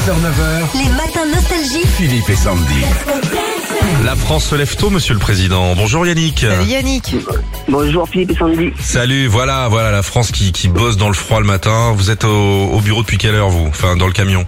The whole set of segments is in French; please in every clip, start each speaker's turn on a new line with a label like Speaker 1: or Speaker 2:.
Speaker 1: 6h-9h,
Speaker 2: Les matins nostalgiques.
Speaker 1: Philippe et Sandy.
Speaker 3: La France se lève tôt, monsieur le président. Bonjour Yannick.
Speaker 4: Yannick,
Speaker 5: Bonjour Philippe et Sandy.
Speaker 3: Salut, voilà, voilà la France qui, qui bosse dans le froid le matin. Vous êtes au, au bureau depuis quelle heure, vous Enfin, dans le camion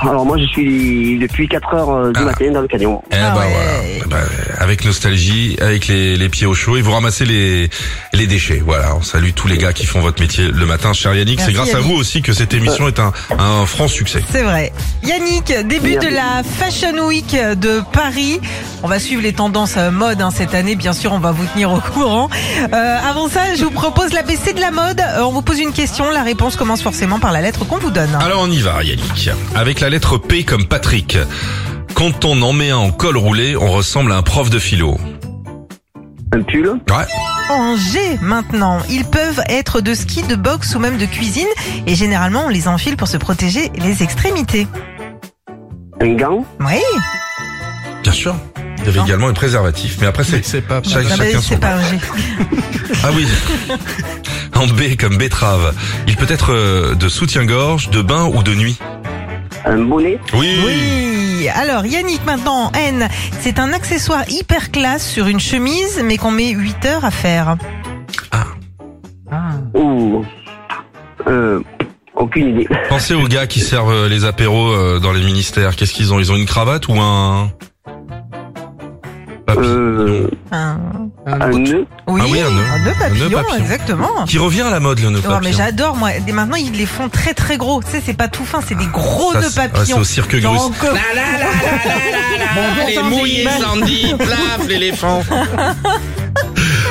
Speaker 5: Alors moi je suis depuis 4 heures euh, du
Speaker 3: Ah.
Speaker 5: matin dans le camion.
Speaker 3: Eh
Speaker 4: Ah
Speaker 3: ben
Speaker 4: ouais.
Speaker 3: voilà. Eh ben, avec nostalgie, avec les, les pieds au chaud, et vous ramassez les, les déchets. Voilà, on salue tous les gars qui font votre métier le matin. Cher Yannick,
Speaker 4: Merci,
Speaker 3: c'est grâce
Speaker 4: Yannick. Euh.
Speaker 3: à vous aussi que cette émission est un, un franc succès.
Speaker 4: c'est vrai. Yannick, début de
Speaker 5: Yannick.
Speaker 4: la Fashion Week de Paris. On va suivre les tendances euh, mode hein, cette année, bien sûr, on va vous tenir au courant. Euh, avant ça, je vous propose l'ABC de la mode. Euh, on vous pose une question, la réponse commence forcément par la lettre qu'on vous donne.
Speaker 3: Alors on y va Yannick. Avec la lettre P comme Patrick. Quand on en met un en col roulé, on ressemble à un prof de philo.
Speaker 5: Un pull,
Speaker 3: Ouais.
Speaker 4: En G maintenant, ils peuvent être de ski, de boxe ou même de cuisine. Et généralement, on les enfile pour se protéger les extrémités.
Speaker 5: un gant,
Speaker 4: Oui,
Speaker 3: Bien sûr. Il y avait
Speaker 4: Non.
Speaker 3: également un préservatif. Mais après c'est... C'est pas...
Speaker 4: Ah bah,
Speaker 3: chacun son...
Speaker 4: c'est pas un G.
Speaker 3: Ah oui. en B comme betterave. Il peut être euh, de soutien-gorge, de bain ou de nuit.
Speaker 5: un bonnet,
Speaker 3: Oui.
Speaker 4: Oui. Alors Yannick maintenant N, c'est un accessoire hyper classe sur une chemise mais qu'on met 8 heures à faire.
Speaker 5: ou... Euh, aucune idée.
Speaker 3: Pensez aux gars qui servent euh, les apéros euh, dans les ministères. Qu'est-ce qu'ils ont Ils ont une cravate ou un... Papy-
Speaker 5: Euh,
Speaker 4: Un...
Speaker 5: un nœud,
Speaker 4: Hein. Oui,
Speaker 3: Ah oui, un nœud.
Speaker 4: papillon,
Speaker 3: Un nœud papillon.
Speaker 4: exactement.
Speaker 3: Qui revient à la mode, le nœud
Speaker 4: Oh, mais
Speaker 3: papillon.
Speaker 4: j'adore moi. Et maintenant ils les font très très gros. Tu sais c'est pas tout fin, c'est des gros
Speaker 3: Ah, Ça,
Speaker 4: nœuds
Speaker 3: c'est- ouais,
Speaker 4: papillons.
Speaker 3: c'est au cirque
Speaker 4: J'en
Speaker 3: Grus.
Speaker 4: recommande.
Speaker 6: Allez, mouillez Sandy, plaf l'éléphant.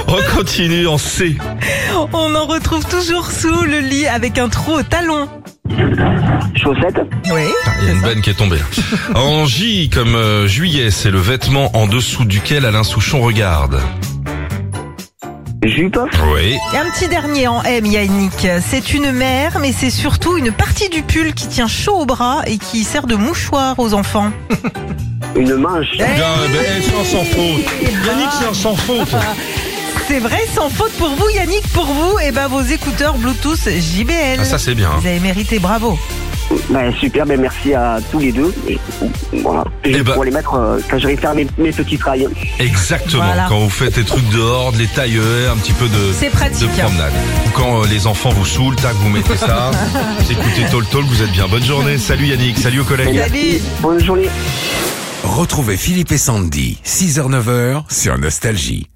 Speaker 3: On continue en C.
Speaker 4: On en retrouve toujours sous le lit avec un trou au talon.
Speaker 5: chaussette,
Speaker 4: Oui.
Speaker 3: Ah, Il y a une benne qui est tombée. hein. En J comme euh, juillet, c'est le vêtement en dessous duquel Alain Souchon regarde.
Speaker 5: jupe,
Speaker 3: Oui.
Speaker 4: Et un petit dernier en M, Yannick. C'est une mère, mais c'est surtout une partie du pull qui tient chaud au bras et qui sert de mouchoir aux enfants.
Speaker 5: une manche.
Speaker 4: Eh
Speaker 3: Bien, eh ben, eh, c'est un sans faute. Yannick, c'est un sans faute.
Speaker 4: C'est vrai, sans faute pour vous, Yannick, pour vous, et ben vos écouteurs Bluetooth JBL.
Speaker 3: Ah, ça c'est bien.
Speaker 4: Vous avez mérité, bravo.
Speaker 5: Ben, super, ben, merci à tous les deux. Voilà. Je
Speaker 3: Eh
Speaker 5: vais
Speaker 3: ben.
Speaker 5: pouvoir les mettre euh, quand je vais faire mes, mes petits trails.
Speaker 3: Exactement.
Speaker 4: Voilà.
Speaker 3: Quand vous faites des trucs dehors, les tailleurs, un petit peu de,
Speaker 4: C'est pratique. hein.
Speaker 3: de promenade. Ou quand euh, les enfants vous saoulent, tac, vous mettez ça. Vous écoutez Tol Tol, vous êtes bien. Bonne journée. Salut Yannick, salut aux collègues.
Speaker 4: Salut.
Speaker 5: Bonne journée.
Speaker 1: Retrouvez Philippe et Sandy, 6h-9h, sur Nostalgie.